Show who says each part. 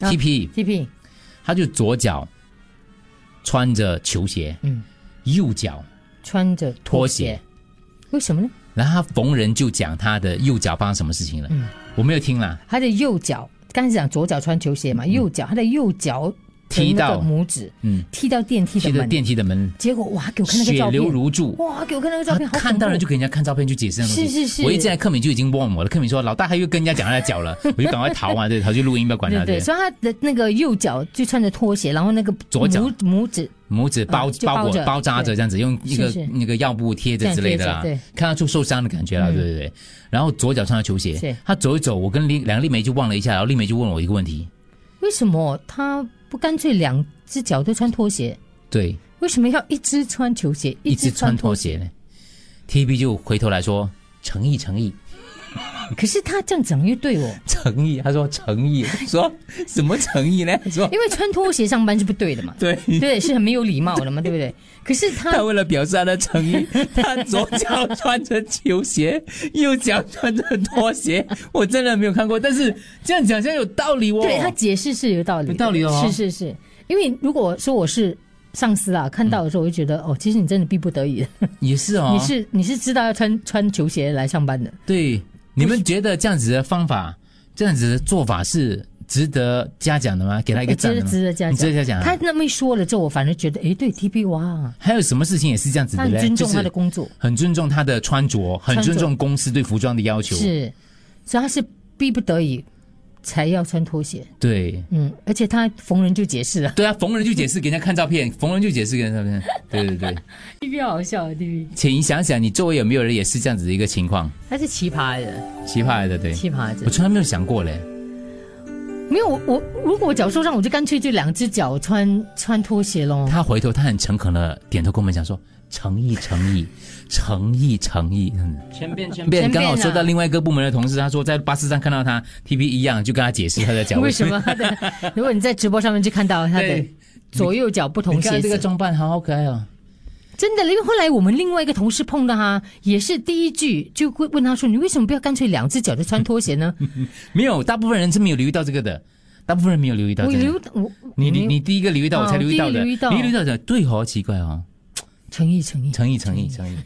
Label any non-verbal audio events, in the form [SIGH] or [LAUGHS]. Speaker 1: 啊
Speaker 2: TP，
Speaker 1: TP，
Speaker 2: 他就左脚穿着球鞋，
Speaker 1: 嗯，
Speaker 2: 右脚
Speaker 1: 穿着
Speaker 2: 拖
Speaker 1: 拖
Speaker 2: 鞋
Speaker 1: 鞋，，为什么呢？
Speaker 2: 然后他逢人就讲他的右脚发生什么事情了。
Speaker 1: 嗯
Speaker 2: 我没有听啦，
Speaker 1: 他的右脚，刚才讲左脚穿球鞋嘛，右脚他的右脚的
Speaker 2: 嗯踢
Speaker 1: 那个
Speaker 2: 到
Speaker 1: 拇指
Speaker 2: 嗯，
Speaker 1: 踢到电梯的
Speaker 2: 踢着
Speaker 1: 门，
Speaker 2: 电梯的门，
Speaker 1: 结果哇，给我看那个
Speaker 2: 血
Speaker 1: 照
Speaker 2: 流
Speaker 1: 片，
Speaker 2: 如注。
Speaker 1: 哇，给我看那个照
Speaker 2: 他
Speaker 1: 片，好
Speaker 2: 看到
Speaker 1: 恐
Speaker 2: 了
Speaker 1: 怖
Speaker 2: 就给人家看照片去解释那东西。
Speaker 1: 是是是
Speaker 2: 我一进来，克敏就已经 warm 我了。克敏说：“老大，他又跟人家讲他的脚
Speaker 1: [LAUGHS]
Speaker 2: 了，我就赶快逃嘛，啊对，逃去录音，不要管他。”
Speaker 1: 对对，所以他的那个右脚就穿着拖鞋，然后那个
Speaker 2: 左脚
Speaker 1: 拇拇指
Speaker 2: 拇指包、
Speaker 1: 嗯就
Speaker 2: 包
Speaker 1: 包
Speaker 2: 裹
Speaker 1: 着
Speaker 2: 包扎着这样子，用一个
Speaker 1: 是是
Speaker 2: 那个药布贴着之类的啦
Speaker 1: 这样贴着，嗯
Speaker 2: 看到出受伤的感觉了，对对对。然后左脚穿着球鞋
Speaker 1: 是，
Speaker 2: 他走一走，我跟丽两个丽梅就望了一下，然后丽梅就问我一个问题，
Speaker 1: 为什么他不干脆两只脚都穿拖鞋？
Speaker 2: 对，
Speaker 1: 为什么要一只穿球鞋，
Speaker 2: 一
Speaker 1: 只
Speaker 2: 直穿拖
Speaker 1: 拖？
Speaker 2: 鞋呢？T B 就回头来说诚意诚意
Speaker 1: 可是他这样讲又对哦，
Speaker 2: 诚意， [LAUGHS] 他说诚意，说什么诚意呢？说，
Speaker 1: 因为穿拖鞋上班是不对的嘛
Speaker 2: 对。 [LAUGHS]
Speaker 1: 对，是很没有礼貌的嘛，对不对？可是
Speaker 2: 他
Speaker 1: 他
Speaker 2: 为了表示他的诚意， [LAUGHS] 他左脚穿着球鞋，右脚穿着拖鞋。我真的没有看过，但是这样讲好像有道理哦。
Speaker 1: 对他解释是有道理的，
Speaker 2: 有道理哦
Speaker 1: 是是是，因为如果说我是。上司啊，看到的时候我就觉得、哦，其实你真的逼不得已，
Speaker 2: 也是嗯哦，
Speaker 1: 你是你是知道要穿穿球鞋来上班的，
Speaker 2: 对你们觉得这样子的方法，这样子的做法是值得嘉奖的吗？给他一个
Speaker 1: 我觉
Speaker 2: 赞
Speaker 1: 得
Speaker 2: 的吗？
Speaker 1: 呃值得嘉
Speaker 2: 你值
Speaker 1: 奖。
Speaker 2: 得嘉奖啊
Speaker 1: 他那么一说了之后，我反而觉得，诶，对 T B 哇，
Speaker 2: 还有什么事情也是这样子
Speaker 1: 他
Speaker 2: 的
Speaker 1: 很
Speaker 2: 嘞？
Speaker 1: 尊重
Speaker 2: 就是
Speaker 1: 他的工作，
Speaker 2: 很尊重他的穿着，很
Speaker 1: 穿着
Speaker 2: 尊重公司对服装的要求。，
Speaker 1: 是，所以他是逼不得已才要穿拖鞋。
Speaker 2: 对，
Speaker 1: 嗯，而且他逢人就解释了， [LAUGHS]
Speaker 2: 对啊，逢人就解释给人家看照片， [LAUGHS] 逢人就解释给人家看照片。对对
Speaker 1: [LAUGHS]
Speaker 2: 对，
Speaker 1: T B 好笑，T B
Speaker 2: 请你想想，你周围有没有人也是这样子的一个情况？
Speaker 1: 他是奇葩人，
Speaker 2: 奇葩来的，对，
Speaker 1: 奇葩
Speaker 2: 我
Speaker 1: 人。
Speaker 2: 从来没有想过嘞。
Speaker 1: 没有我我，如果我脚受伤，我就干脆就两只脚穿穿拖鞋咯。
Speaker 2: 他回头，他很诚恳的点头跟我们讲说：“诚意，诚
Speaker 3: [LAUGHS]
Speaker 2: 意，诚意，诚意。”嗯。
Speaker 3: 千变千
Speaker 2: 变
Speaker 1: 千
Speaker 2: 刚好
Speaker 1: 变啊
Speaker 2: 说到另外一个部门的同事，他说在巴士上看到他 T P 一样，就跟他解释他的脚
Speaker 1: [LAUGHS] 为什么他的？如果你在直播上面就看到他的
Speaker 2: 对
Speaker 1: 左右脚不
Speaker 2: 你
Speaker 1: 同
Speaker 2: 看
Speaker 1: 鞋
Speaker 2: 这
Speaker 1: 子
Speaker 2: 个，装扮好好可爱哦。
Speaker 1: 真的，因为后来我们另外一个同事碰到他，也是第一句就会问他说：“你为什么不要干脆两只脚就穿拖鞋
Speaker 2: 嗯
Speaker 1: 呢
Speaker 2: 没有，大部分人是没有留意到这个的，大部分人没有留意？”到
Speaker 1: 我
Speaker 2: 这个。
Speaker 1: 留我
Speaker 2: 你
Speaker 1: 我没
Speaker 2: 你
Speaker 1: 有
Speaker 2: 你第一个留意到，
Speaker 1: 哦
Speaker 2: 我才留意到的。
Speaker 1: 第一个留意到
Speaker 2: 留意到的，对哦，奇怪哦，
Speaker 1: 诚意诚意，
Speaker 2: 诚意诚意诚意。